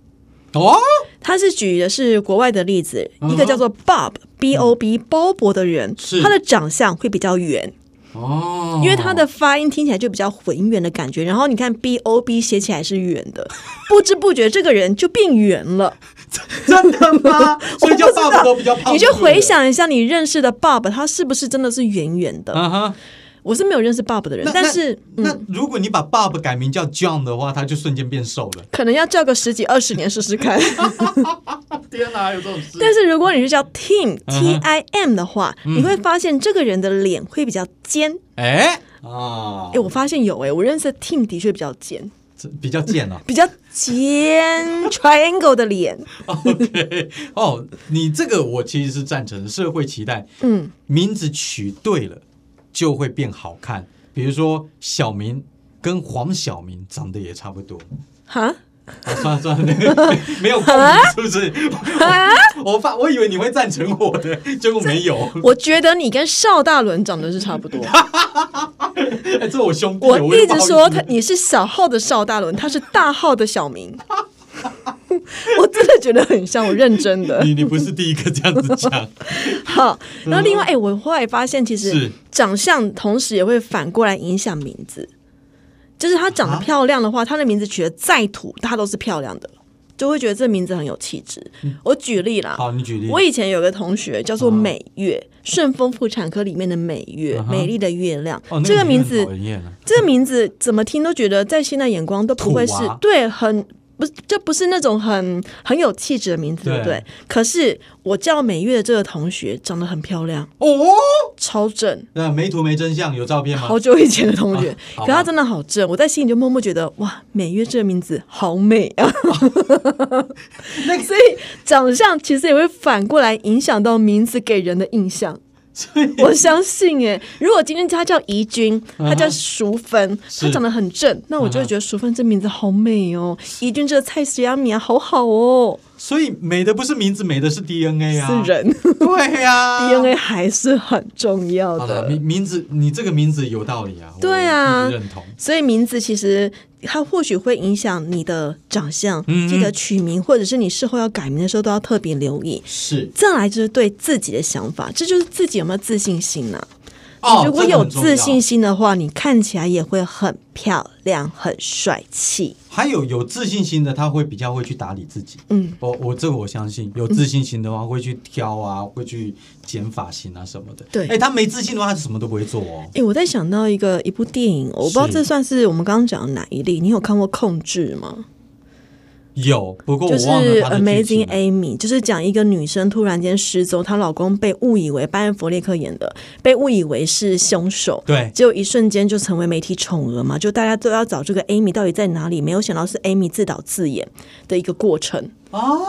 [SPEAKER 1] 哦，
[SPEAKER 2] 他是举的是国外的例子，
[SPEAKER 1] 嗯哼嗯
[SPEAKER 2] 一个叫做 Bob B O B 鲍勃的人
[SPEAKER 1] 是，
[SPEAKER 2] 他的长相会比较圆，
[SPEAKER 1] 哦，
[SPEAKER 2] 因为他的发音听起来就比较浑圆的感觉。然后你看 B O B 写起来是圆 的，不知不觉这个人就变圆了。
[SPEAKER 1] 真的吗？所以叫
[SPEAKER 2] 我不知
[SPEAKER 1] 爸
[SPEAKER 2] 道
[SPEAKER 1] 爸都比较胖，
[SPEAKER 2] 你就
[SPEAKER 1] 对不对
[SPEAKER 2] 回，想一下，你认识的 Bob 他是不是真的是圆圆的？
[SPEAKER 1] 嗯哼，
[SPEAKER 2] 我是没有认识 Bob 的人
[SPEAKER 1] 那，
[SPEAKER 2] 但是嗯
[SPEAKER 1] 那那如果你把 Bob 改名叫 John 的话，他就瞬间变瘦了。
[SPEAKER 2] 可能要叫个十几二十年试 试看。
[SPEAKER 1] 天哪，有这种事？
[SPEAKER 2] 但是如果你是叫 Tim
[SPEAKER 1] 嗯
[SPEAKER 2] T
[SPEAKER 1] 哼嗯
[SPEAKER 2] I M 的话，你会发现这个人的脸会比较尖。
[SPEAKER 1] 哎啊
[SPEAKER 2] 哎、，我发现有哎、我认识的 Tim 的确比较尖，
[SPEAKER 1] 这比较贱 啊。
[SPEAKER 2] 比较尖 triangle 的脸。
[SPEAKER 1] OK，哦，你这个我其实是赞成的社会期待，
[SPEAKER 2] 嗯，
[SPEAKER 1] 名字取对了就会变好看。比如说小明跟黄晓明长得也差不多。
[SPEAKER 2] 哈，
[SPEAKER 1] 啊算了 算了，那个没有共鸣
[SPEAKER 2] 啊
[SPEAKER 1] 是不是？我我发我以为你会赞成我的，结果没有。
[SPEAKER 2] 我觉得你跟邵大伦长得是差 不多。
[SPEAKER 1] 哎，这我兄弟，
[SPEAKER 2] 我
[SPEAKER 1] 也
[SPEAKER 2] 一
[SPEAKER 1] 不好
[SPEAKER 2] 直
[SPEAKER 1] 意思
[SPEAKER 2] 说他你是小号的邵大伦，他是大号的小明。 我真的觉得很像，我认真的。
[SPEAKER 1] 你你不是第一个这样子 讲，
[SPEAKER 2] 好，然后另外，哎、我后来发现，其实
[SPEAKER 1] 是
[SPEAKER 2] 长相同时也会反过来影响名字。就是她
[SPEAKER 1] 啊
[SPEAKER 2] 长得漂亮的话，她的名字取得再土，她都是漂亮的，就会觉得这名字很有气质。我举例啦，
[SPEAKER 1] 嗯好，你举例。哦
[SPEAKER 2] 我以前有个同学叫做美月，顺丰妇产科里面的美月，
[SPEAKER 1] 嗯哼
[SPEAKER 2] 美丽的月亮。
[SPEAKER 1] 哦，那
[SPEAKER 2] 这个
[SPEAKER 1] 女
[SPEAKER 2] 名
[SPEAKER 1] 人
[SPEAKER 2] 字
[SPEAKER 1] 讨，人厌啊，
[SPEAKER 2] 这个名字怎么听都觉得在现在眼光都不会是、
[SPEAKER 1] 土啊
[SPEAKER 2] 对，很不是，这不是那种很很有气质的名字，对不对
[SPEAKER 1] 对？
[SPEAKER 2] 可是我叫美月的这个同学长得很漂亮，
[SPEAKER 1] 哦，
[SPEAKER 2] 超正，
[SPEAKER 1] 那没图没真相，有照片吗？
[SPEAKER 2] 好久以前的同学，
[SPEAKER 1] 啊好吧
[SPEAKER 2] 可她真的好正，我在心里就默默觉得哇，美月这个名字好美啊！
[SPEAKER 1] 那个
[SPEAKER 2] 所以长相其实也会反过来影响到名字给人的印象。
[SPEAKER 1] 所以啊
[SPEAKER 2] 我相信哎、如果今天他叫怡君，他叫淑芬，
[SPEAKER 1] 是
[SPEAKER 2] 他长得很啊正，那我就会觉得淑芬这名字好美哦，怡君这个菜市阿米啊，好好哦。
[SPEAKER 1] 所以美的不是名字，美的是 DNA 啊，
[SPEAKER 2] 是人、
[SPEAKER 1] 对呀、
[SPEAKER 2] DNA 还是很重要
[SPEAKER 1] 好了，
[SPEAKER 2] 的。
[SPEAKER 1] 名名字，你这个名字有道理啊，我
[SPEAKER 2] 对啊
[SPEAKER 1] 必须认同。
[SPEAKER 2] 所以名字其实它或许会影响你的长相，
[SPEAKER 1] 嗯
[SPEAKER 2] 记得取名或者是你事后要改名的时候都要特别留意。
[SPEAKER 1] 是
[SPEAKER 2] 再来就是对自己的想法，这就是自己有没有自信心呢、
[SPEAKER 1] 哦，
[SPEAKER 2] 如果
[SPEAKER 1] 这个
[SPEAKER 2] 有
[SPEAKER 1] 很重要
[SPEAKER 2] 自信，心的话，你看起来也会很漂亮、很帅气。
[SPEAKER 1] 还有有自信心的，他会比较会去打理自己。
[SPEAKER 2] 嗯，
[SPEAKER 1] 我我这个我相信，有自信心的话会去挑啊，会去剪发型啊什么的。
[SPEAKER 2] 对
[SPEAKER 1] 哎，他没自信的话，他什么都不会做哦。
[SPEAKER 2] 诶，我在想到一个一部电影，我不知道
[SPEAKER 1] 是
[SPEAKER 2] 这算是我们刚刚讲的哪一例。你有看过《控制》吗？
[SPEAKER 1] 有，不过
[SPEAKER 2] 就
[SPEAKER 1] 我
[SPEAKER 2] 是
[SPEAKER 1] 忘了他的剧
[SPEAKER 2] Amazing
[SPEAKER 1] 情。
[SPEAKER 2] Amy，就是讲一个女生突然间失踪，她老公被误以为巴恩·弗列克演的，被误以为是凶手。
[SPEAKER 1] 对，
[SPEAKER 2] 结果一瞬间就成为媒体宠儿嘛，就大家都要找这个 Amy 到底在哪里，没有想到是 Amy 自导自演的一个过程。
[SPEAKER 1] 哦，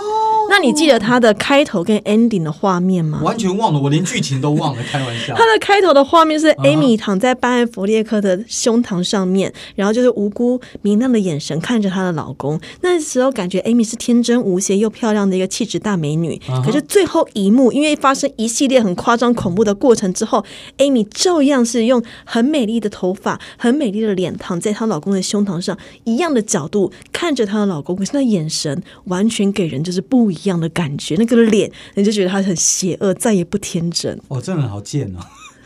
[SPEAKER 2] 那你记得它的开头跟 ending 的画面吗？
[SPEAKER 1] 完全忘了，我连剧情都忘了，开玩笑
[SPEAKER 2] 它。的开头的画面是 Amy 躺在巴恩弗列克的胸膛上面，然后就是无辜明亮的眼神看着她的老公。那时候感觉 Amy 是天真无邪又漂亮的一个气质大美女。
[SPEAKER 1] 嗯哼
[SPEAKER 2] 可是最后一幕，因为发生一系列很夸张恐怖的过程之后，Amy 照样是用很美丽的头发、很美丽的脸躺在她老公的胸膛上，一样的角度看着她的老公，可是那眼神完全给人就是不一样的感觉，那个脸你就觉得她很邪恶，再也不天真。
[SPEAKER 1] 哦，这人好贱哦。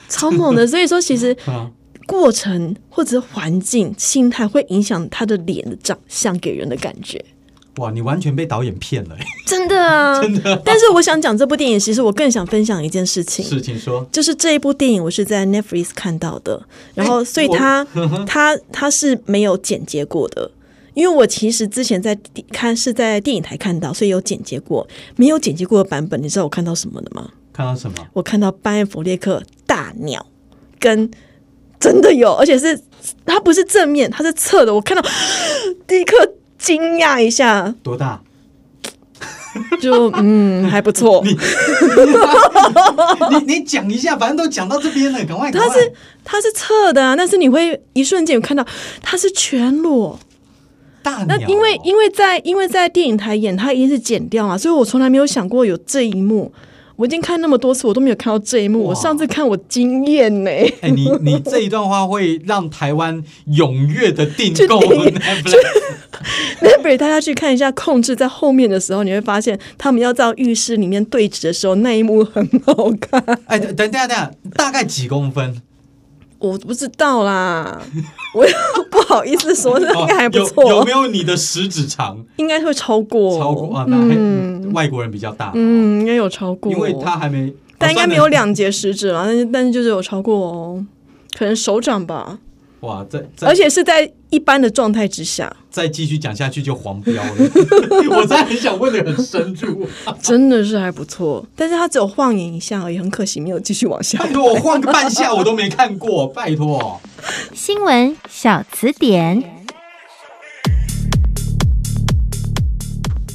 [SPEAKER 2] 超猛的。所 以说，其实
[SPEAKER 1] 啊，
[SPEAKER 2] 过程或者是环境、心态会影响他的脸的长相给人的感觉。
[SPEAKER 1] 哇，你完全被导演骗 了。欸
[SPEAKER 2] 真的啊，真的。但是我想讲这部电影，其实我更想分享一件事情。
[SPEAKER 1] 事情说，
[SPEAKER 2] 就是这一部电影，我是在 Netflix 看到的，然后所以它 它它是没有剪接过的，因为我其实之前在地看是在电影台看到，所以有剪接过，没有剪接过的版本，你知道我看到什么了吗？
[SPEAKER 1] 看到什么？
[SPEAKER 2] 我看到班恩弗列克大鸟跟真的有，而且是它不是正面，它是侧的。我看到立刻惊讶一下，
[SPEAKER 1] 多大？
[SPEAKER 2] 就嗯还不 错。
[SPEAKER 1] 你你讲一下，反正都讲到这边了，赶快。
[SPEAKER 2] 它
[SPEAKER 1] 赶快
[SPEAKER 2] 是它是侧的啊，但是你会一瞬间有看到它是全裸。
[SPEAKER 1] 大
[SPEAKER 2] 那
[SPEAKER 1] 鸟哦，
[SPEAKER 2] 因为因为在因为在电影台演，它一定是剪掉嘛，所以我从来没有想过有这一幕。我已经看那么多次，我都没有看到这一幕。我
[SPEAKER 1] 哇
[SPEAKER 2] 上次看我惊艳呢、
[SPEAKER 1] 哎、你你这一段话会让台湾踊跃的订购
[SPEAKER 2] 就订
[SPEAKER 1] Netflix
[SPEAKER 2] 那不如大家去看一下《控制》在后面的时候，你会发现他们要到浴室里面对峙的时候，那一幕很好看。
[SPEAKER 1] 哎、等等一下等一下，大概几公分？
[SPEAKER 2] 我不知 道啦，我不好意思说， 那应该还不
[SPEAKER 1] 哦有。有
[SPEAKER 2] 错
[SPEAKER 1] 没，有你的食指长？
[SPEAKER 2] 应该会超过，
[SPEAKER 1] 超过啊，那还、
[SPEAKER 2] 嗯
[SPEAKER 1] 外国人比较大，
[SPEAKER 2] 嗯，应该有超过，
[SPEAKER 1] 因为他还没，
[SPEAKER 2] 但
[SPEAKER 1] 哦
[SPEAKER 2] 应该没有。
[SPEAKER 1] 算了
[SPEAKER 2] 两节食指了，但是但是就是有超过哦，可能手掌吧，
[SPEAKER 1] 哇，再再
[SPEAKER 2] 而且是在一般的状态 之下，
[SPEAKER 1] 再继续讲下去就黄标 了。我真的很想问的很深入，
[SPEAKER 2] 真的是还不错。但是他只有晃眼一下而已，很可惜没有继续 往下。
[SPEAKER 1] 拜托我晃个半下我都没看过，拜托。
[SPEAKER 3] 新闻小词典。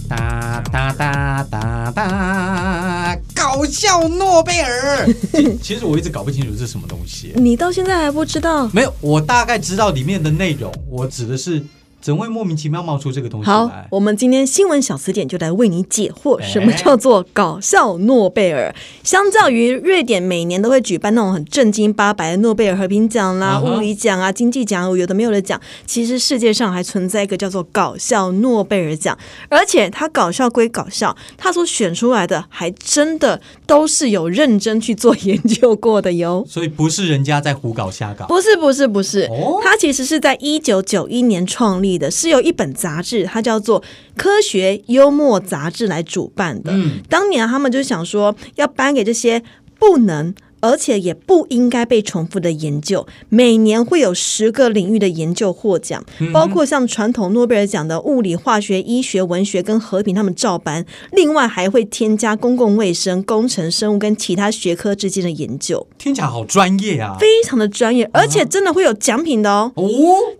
[SPEAKER 1] 哒哒哒哒哒，搞笑诺贝尔。其其实我一直搞不清楚是什么东西。
[SPEAKER 2] 你到现在还不知道？
[SPEAKER 1] 没有，我大概知道里面的内容。我指的是，怎会莫名其妙冒出这个东西
[SPEAKER 2] 好
[SPEAKER 1] 来，？哎
[SPEAKER 2] 我们今天新闻小词典就来为你解惑，什么叫做搞笑诺贝尔？相较于瑞典每年都会举办那种很正经八百的诺贝尔和平奖啦、
[SPEAKER 1] 嗯哼
[SPEAKER 2] 物理奖啊、经济奖，有的没有的奖，其实世界上还存在一个叫做搞笑诺贝尔奖，而且它搞笑归搞笑，它所选出来的还真的都是有认真去做研究过的哟。
[SPEAKER 1] 所以不是人家在胡搞瞎搞。
[SPEAKER 2] 不是不是不是
[SPEAKER 1] 哦，
[SPEAKER 2] 它其实是在一九九一年创立的，是由一本杂志，它叫做《科学幽默杂志》来主办的。
[SPEAKER 1] 嗯
[SPEAKER 2] 当年他们就想说要颁给这些不能。而且也不应该被重复的研究，每年会有十个领域的研究获奖，
[SPEAKER 1] 嗯
[SPEAKER 2] 包括像传统诺贝尔奖的物理、化学、医学、文学跟和平，他们照搬。另外还会添加公共卫生、工程、生物跟其他学科之间的研究。
[SPEAKER 1] 听起来好专业啊！
[SPEAKER 2] 非常的专业，而且真的会有奖品的哦。
[SPEAKER 1] 哦，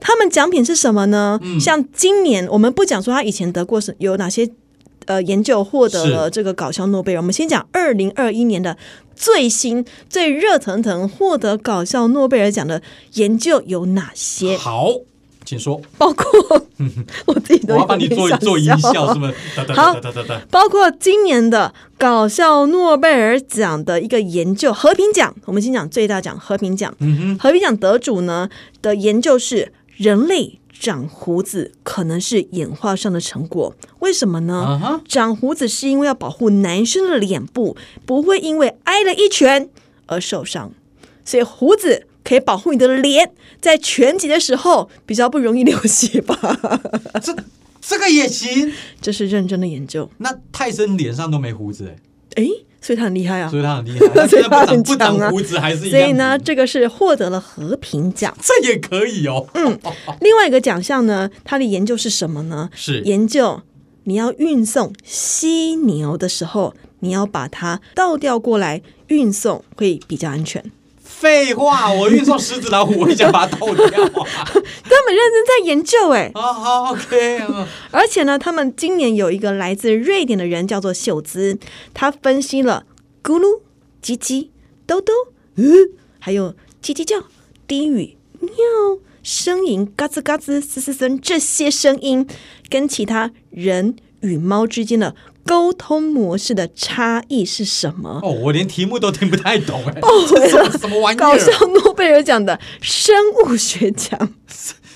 [SPEAKER 2] 他们奖品是什么呢？
[SPEAKER 1] 嗯
[SPEAKER 2] 像今年我们不讲说他以前得过是有哪些呃研究获得了
[SPEAKER 1] 是
[SPEAKER 2] 这个搞笑诺贝尔，我们先讲二零二一年的最新最热腾腾获得搞笑诺贝尔奖的研究有哪些？
[SPEAKER 1] 好，请说，
[SPEAKER 2] 包括我自己
[SPEAKER 1] 我
[SPEAKER 2] 都
[SPEAKER 1] 要
[SPEAKER 2] 有
[SPEAKER 1] 帮你
[SPEAKER 2] 点
[SPEAKER 1] 做
[SPEAKER 2] 想
[SPEAKER 1] 做音效，是不是？哒哒哒
[SPEAKER 2] 好
[SPEAKER 1] 哒哒哒哒。
[SPEAKER 2] 包括今年的搞笑诺贝尔奖的一个研究和平奖，我们先讲最大奖和平奖。
[SPEAKER 1] 嗯
[SPEAKER 2] 和平奖得主呢的研究是人类长胡子可能是演化上的成果，为什么
[SPEAKER 1] 哼，
[SPEAKER 2] 呢？
[SPEAKER 1] 啊哈，
[SPEAKER 2] 长胡子是因为要保护男生的脸部不会因为挨了一拳而受伤，所以胡子可以保护你的脸，在拳击的时候比较不容易流血吧。
[SPEAKER 1] 这这个也行。
[SPEAKER 2] 这是认真的研究，
[SPEAKER 1] 那泰森脸上都没胡子哎，
[SPEAKER 2] 诶，所以他很厉害啊
[SPEAKER 1] 所。以他很厉害。他现在不
[SPEAKER 2] 所
[SPEAKER 1] 长
[SPEAKER 2] 以他很
[SPEAKER 1] 不长
[SPEAKER 2] 强啊
[SPEAKER 1] 胡子还是一
[SPEAKER 2] 所
[SPEAKER 1] 样。
[SPEAKER 2] 以呢，，这个是获得了和平奖。
[SPEAKER 1] 这也可以哦。嗯，
[SPEAKER 2] 另外一个奖项呢，它的研究是什么呢？
[SPEAKER 1] 是
[SPEAKER 2] 研究你要运送犀牛的时候，你要把它倒吊过来运送，会比较安全。
[SPEAKER 1] 废话，我运送狮子老虎，我也想把它倒掉 啊。
[SPEAKER 2] 他们认真在研究哎，
[SPEAKER 1] 啊，好，OK，啊
[SPEAKER 2] 而且呢，他们今年有一个来自瑞典的人叫做秀兹，他分析了咕噜、叽叽、兜兜，嗯，还有叽叽叫、低语、喵、呻吟、嘎吱嘎吱、嘶嘶声这些声音，跟其他人与猫之间的沟通模式的差异是什么？
[SPEAKER 1] 哦，我连题目都听不太懂 哎，
[SPEAKER 2] 哦，为
[SPEAKER 1] 这
[SPEAKER 2] 了
[SPEAKER 1] 什么玩意
[SPEAKER 2] 搞笑
[SPEAKER 1] 儿？
[SPEAKER 2] 诺贝尔奖的生物学奖，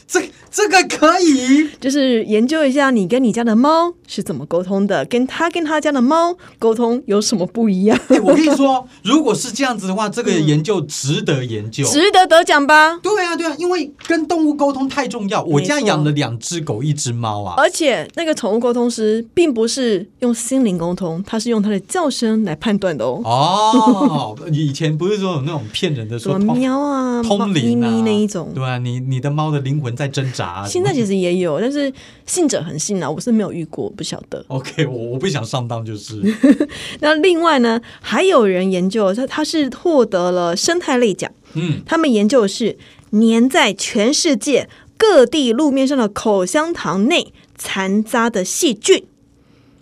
[SPEAKER 1] 这这个可以，
[SPEAKER 2] 就是研究一下你跟你家的猫是怎么沟通的，跟它跟它家的猫沟通有什么不一样，
[SPEAKER 1] 哎，我跟你说，如果是这样子的话，这个研究值得研究。
[SPEAKER 2] 值得得奖吧？
[SPEAKER 1] 对啊，对啊，因为跟动物沟通太重要。我家
[SPEAKER 2] 没错
[SPEAKER 1] 养了两只狗，一只猫啊。
[SPEAKER 2] 而且那个宠物沟通师并不是用心灵沟通，他是用它的叫声来判断的哦，
[SPEAKER 1] 哦，以前不是说有那种骗人的
[SPEAKER 2] 什
[SPEAKER 1] 说
[SPEAKER 2] 么
[SPEAKER 1] 通
[SPEAKER 2] 喵啊、
[SPEAKER 1] 通灵
[SPEAKER 2] 猫咪
[SPEAKER 1] 啊
[SPEAKER 2] 咪那一种。
[SPEAKER 1] 对啊，你你的猫的灵魂在挣扎啊、
[SPEAKER 2] 现在其实也有，但是信者恒信啊，我是没有遇过，不晓得。
[SPEAKER 1] OK，我我不想上当就是。
[SPEAKER 2] 那另外呢，还有人研究，他他是获得了生态类奖。
[SPEAKER 1] 嗯，
[SPEAKER 2] 他们研究的是粘在全世界各地路面上的口香糖内残渣的细菌，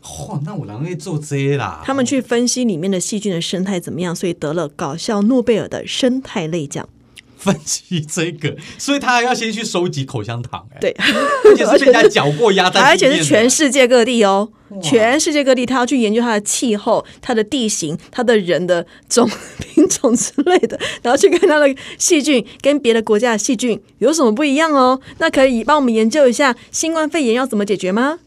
[SPEAKER 1] 嚯，哦那我哪会做这啦？
[SPEAKER 2] 他们去分析里面的细菌的生态怎么样，所以得了搞笑诺贝尔的生态类奖。
[SPEAKER 1] 分析这个，所以他还要先去收集口香糖、哎，
[SPEAKER 2] 对，
[SPEAKER 1] 而且啊是被人家搅过压在
[SPEAKER 2] 而
[SPEAKER 1] 里面
[SPEAKER 2] 且
[SPEAKER 1] 的
[SPEAKER 2] 是全世界各地哦
[SPEAKER 1] 哇，
[SPEAKER 2] 全世界各地，他要去研究它的气候、它的地形、它的人的种 品种之类的，然后去看它的细菌跟别的国家的细菌有什么不一样哦。那可以帮我们研究一下新冠肺炎要怎么解决吗？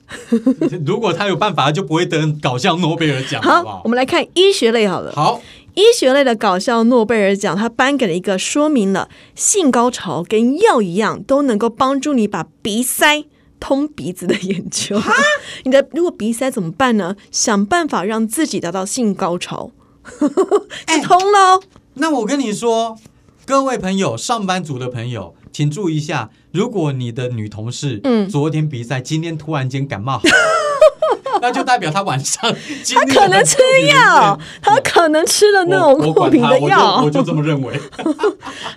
[SPEAKER 1] 如果他有办法，就不会得搞笑诺贝尔奖，好不
[SPEAKER 2] 好，我
[SPEAKER 1] 好？
[SPEAKER 2] 们来看医学类好了。
[SPEAKER 1] 好，
[SPEAKER 2] 医学类的搞笑诺贝尔奖，它颁给了一个说明了性高潮跟药一样都能够帮助你把鼻塞通鼻子的研究。 你的如果鼻塞怎么办呢？想办法让自己达到性高潮，
[SPEAKER 1] 哎
[SPEAKER 2] 就通了哦。
[SPEAKER 1] 那我跟你说，各位朋友，上班族的朋友，请注意一下，如果你的女同事，
[SPEAKER 2] 嗯
[SPEAKER 1] 昨天比赛，今天突然间感 冒，那就代表她晚上经
[SPEAKER 2] 他
[SPEAKER 1] 历
[SPEAKER 2] 可
[SPEAKER 1] 了
[SPEAKER 2] 能
[SPEAKER 1] 很
[SPEAKER 2] 吃
[SPEAKER 1] 多原因
[SPEAKER 2] 药，他可能吃了那
[SPEAKER 1] 我我
[SPEAKER 2] 种过
[SPEAKER 1] 管
[SPEAKER 2] 敏
[SPEAKER 1] 他，
[SPEAKER 2] 的
[SPEAKER 1] 我就
[SPEAKER 2] 药
[SPEAKER 1] 我。就这么认为。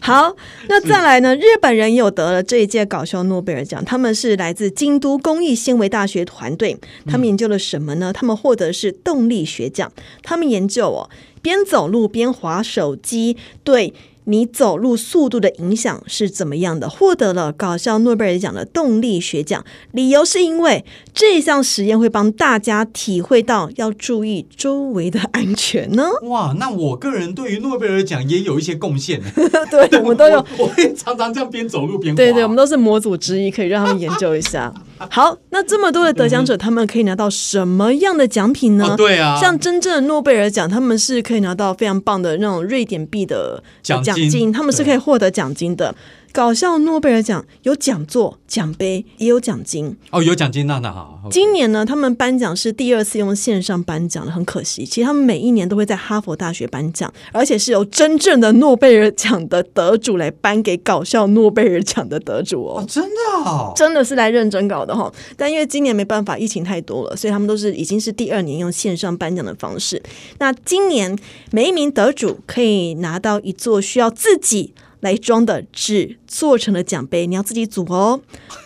[SPEAKER 2] 好，那再来呢？日本人有得了这一届搞笑诺贝尔奖，他们是来自京都工艺纤维大学团队，他们研究了什么呢？他们获得是动力学奖，他们研究哦，边走路边滑手机对。你走路速度的影响是怎么样的？获得了搞笑诺贝尔奖的动力学奖，理由是因为这项实验会帮大家体会到要注意周围的安全呢。
[SPEAKER 1] 哇，那我个人对于诺贝尔奖也有一些贡献，
[SPEAKER 2] 对，我们都有
[SPEAKER 1] 我，我 会常常这样边走路边滑。
[SPEAKER 2] 对对，我们都是模组之一，可以让他们研究一下。好，那这么多的得奖者，他们可以拿到什么样的奖品呢？
[SPEAKER 1] 哦对啊
[SPEAKER 2] 像真正的诺贝尔奖，他们是可以拿到非常棒的那种瑞典币的呃
[SPEAKER 1] 奖金
[SPEAKER 2] 奖金，他们是可以获得奖金的。搞笑诺贝尔奖有讲座、奖杯，也有奖金。
[SPEAKER 1] 哦有奖金娜娜好，好
[SPEAKER 2] 今年呢，他们颁奖是第二次用线上颁奖了，很可惜。其实他们每一年都会在哈佛大学颁奖，而且是由真正的诺贝尔奖的得主来颁给搞笑诺贝尔奖的得主哦
[SPEAKER 1] 哦。真的哦，
[SPEAKER 2] 真的是来认真搞的哈。但因为今年没办法，疫情太多了，所以他们都是已经是第二年用线上颁奖的方式。那今年每一名得主可以拿到一座需要自己。来装的纸做成的奖杯，你要自己组哦。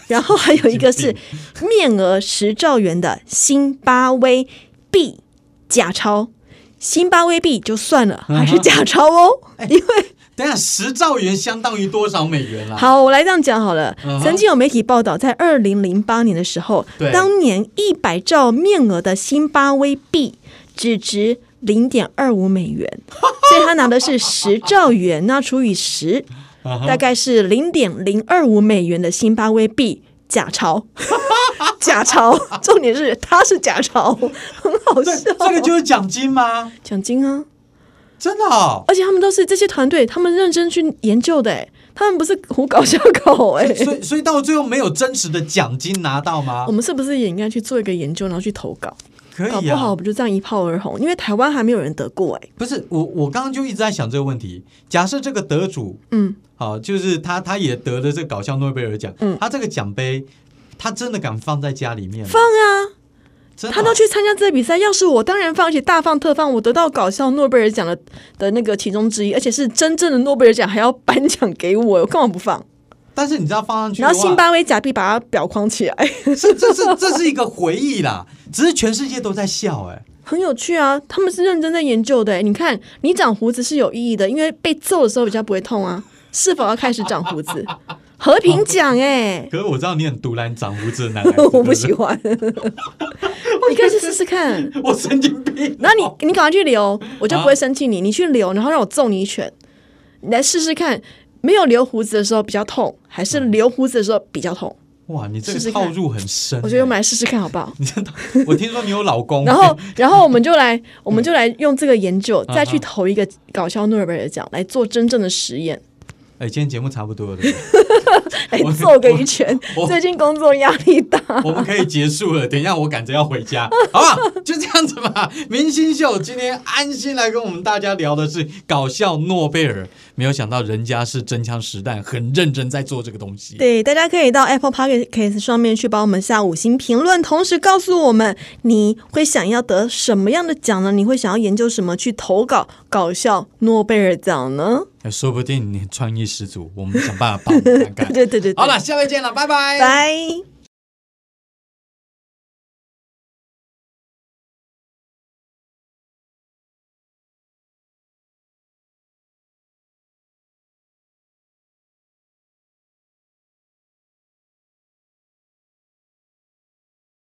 [SPEAKER 2] 然后还有一个是面额十兆元的辛巴威币假钞，辛巴威币就算了，还是假钞哦，因为
[SPEAKER 1] 等一下十兆元相当于多少美元啦？，啊
[SPEAKER 2] 好，我来这样讲好了
[SPEAKER 1] 嗯。哼
[SPEAKER 2] 曾经有媒体报道，在二零零八年的时候
[SPEAKER 1] 对，
[SPEAKER 2] 当年一百兆面额的津巴威币只值零点二五美元， 所以他拿的是十兆元，那除以十，
[SPEAKER 1] 嗯
[SPEAKER 2] 大概是零点零二五美元的津巴威币假 钞。假钞，重点是它是假 钞，很好
[SPEAKER 1] 对，
[SPEAKER 2] 笑。
[SPEAKER 1] 这个就是奖金吗？
[SPEAKER 2] 奖金啊，
[SPEAKER 1] 真的 哦，
[SPEAKER 2] 而且他们都是这些团队，他们认真去研究的、欸，他们不是胡搞瞎搞哎、
[SPEAKER 1] 所以所以到最后没有真实的奖金拿到吗
[SPEAKER 2] 我？们是不是也应该去做一个研究，然后去投稿？
[SPEAKER 1] 可
[SPEAKER 2] 搞
[SPEAKER 1] 以
[SPEAKER 2] 不好
[SPEAKER 1] 啊
[SPEAKER 2] 我，们就这样一炮而红，因为台湾还没有人得过哎、
[SPEAKER 1] 不是我我刚刚就一直在想这个问题。假设这个得主
[SPEAKER 2] 嗯，
[SPEAKER 1] 好，就是他他也得了这个搞笑诺贝尔奖，
[SPEAKER 2] 嗯
[SPEAKER 1] 他这个奖杯他真的敢放在家里面吗？
[SPEAKER 2] 放啊！
[SPEAKER 1] 真的
[SPEAKER 2] 他
[SPEAKER 1] 哦
[SPEAKER 2] 都去参加这个比赛，要是我当然放，而且大放特放，我得到搞笑诺贝尔奖的的那个其中之一，而且是真正的诺贝尔奖，还要颁奖给我，我干嘛不放？
[SPEAKER 1] 但是你知道放上去的
[SPEAKER 2] 然
[SPEAKER 1] 话，
[SPEAKER 2] 后辛巴威假币把它裱框起来，哎
[SPEAKER 1] 这这是这是一个回忆啦，只是全世界都在笑哎、
[SPEAKER 2] 很有趣啊！他们是认真在研究的、欸。你看，你长胡子是有意义的，因为被揍的时候比较不会痛啊。是否要开始长 胡子？和平奖哎、
[SPEAKER 1] 可是我知道你很独揽长胡子的男孩子，
[SPEAKER 2] 我不喜
[SPEAKER 1] 对
[SPEAKER 2] 欢。你可以去试试看。哦
[SPEAKER 1] 对，我神经病。
[SPEAKER 2] 然后你你赶快去留，我就不会生气你。你去留，然后让我揍你一拳，你来试试看。没有留胡子的时候比较痛，还是留胡子的时候比较 痛？
[SPEAKER 1] 哇，你这
[SPEAKER 2] 试
[SPEAKER 1] 个
[SPEAKER 2] 试
[SPEAKER 1] 套
[SPEAKER 2] 看
[SPEAKER 1] 入很深、
[SPEAKER 2] 我觉得我们
[SPEAKER 1] 哎
[SPEAKER 2] 来试试看好不 好？
[SPEAKER 1] 你真的，我听说你有老公，
[SPEAKER 2] 然后，然后我们就来，我们就来用这个研究，
[SPEAKER 1] 嗯
[SPEAKER 2] 再去投一个搞笑诺贝尔奖，来做真正的实验，
[SPEAKER 1] 哎、今天节目差不多了，对不对
[SPEAKER 2] 来
[SPEAKER 1] 我
[SPEAKER 2] 揍个一拳
[SPEAKER 1] 我。
[SPEAKER 2] 最近工作压力大，
[SPEAKER 1] 我们可以结束了。等一下，我赶着要回家，好吧？就这样子吧。明星秀今天安心来跟我们大家聊的是搞笑诺贝尔，没有想到人家是真枪实弹，很认真在做这个东西。
[SPEAKER 2] 对，大家可以到 Apple Podcast 上面去帮我们下五星评论，同时告诉我们你会想要得什么样的奖呢？你会想要研究什么去投稿搞笑诺贝尔奖呢？
[SPEAKER 1] 哎说不定你创意十足，我们想办法帮你看看。
[SPEAKER 2] 对对对对，
[SPEAKER 1] 好了，，下回见了，拜拜。
[SPEAKER 2] 拜。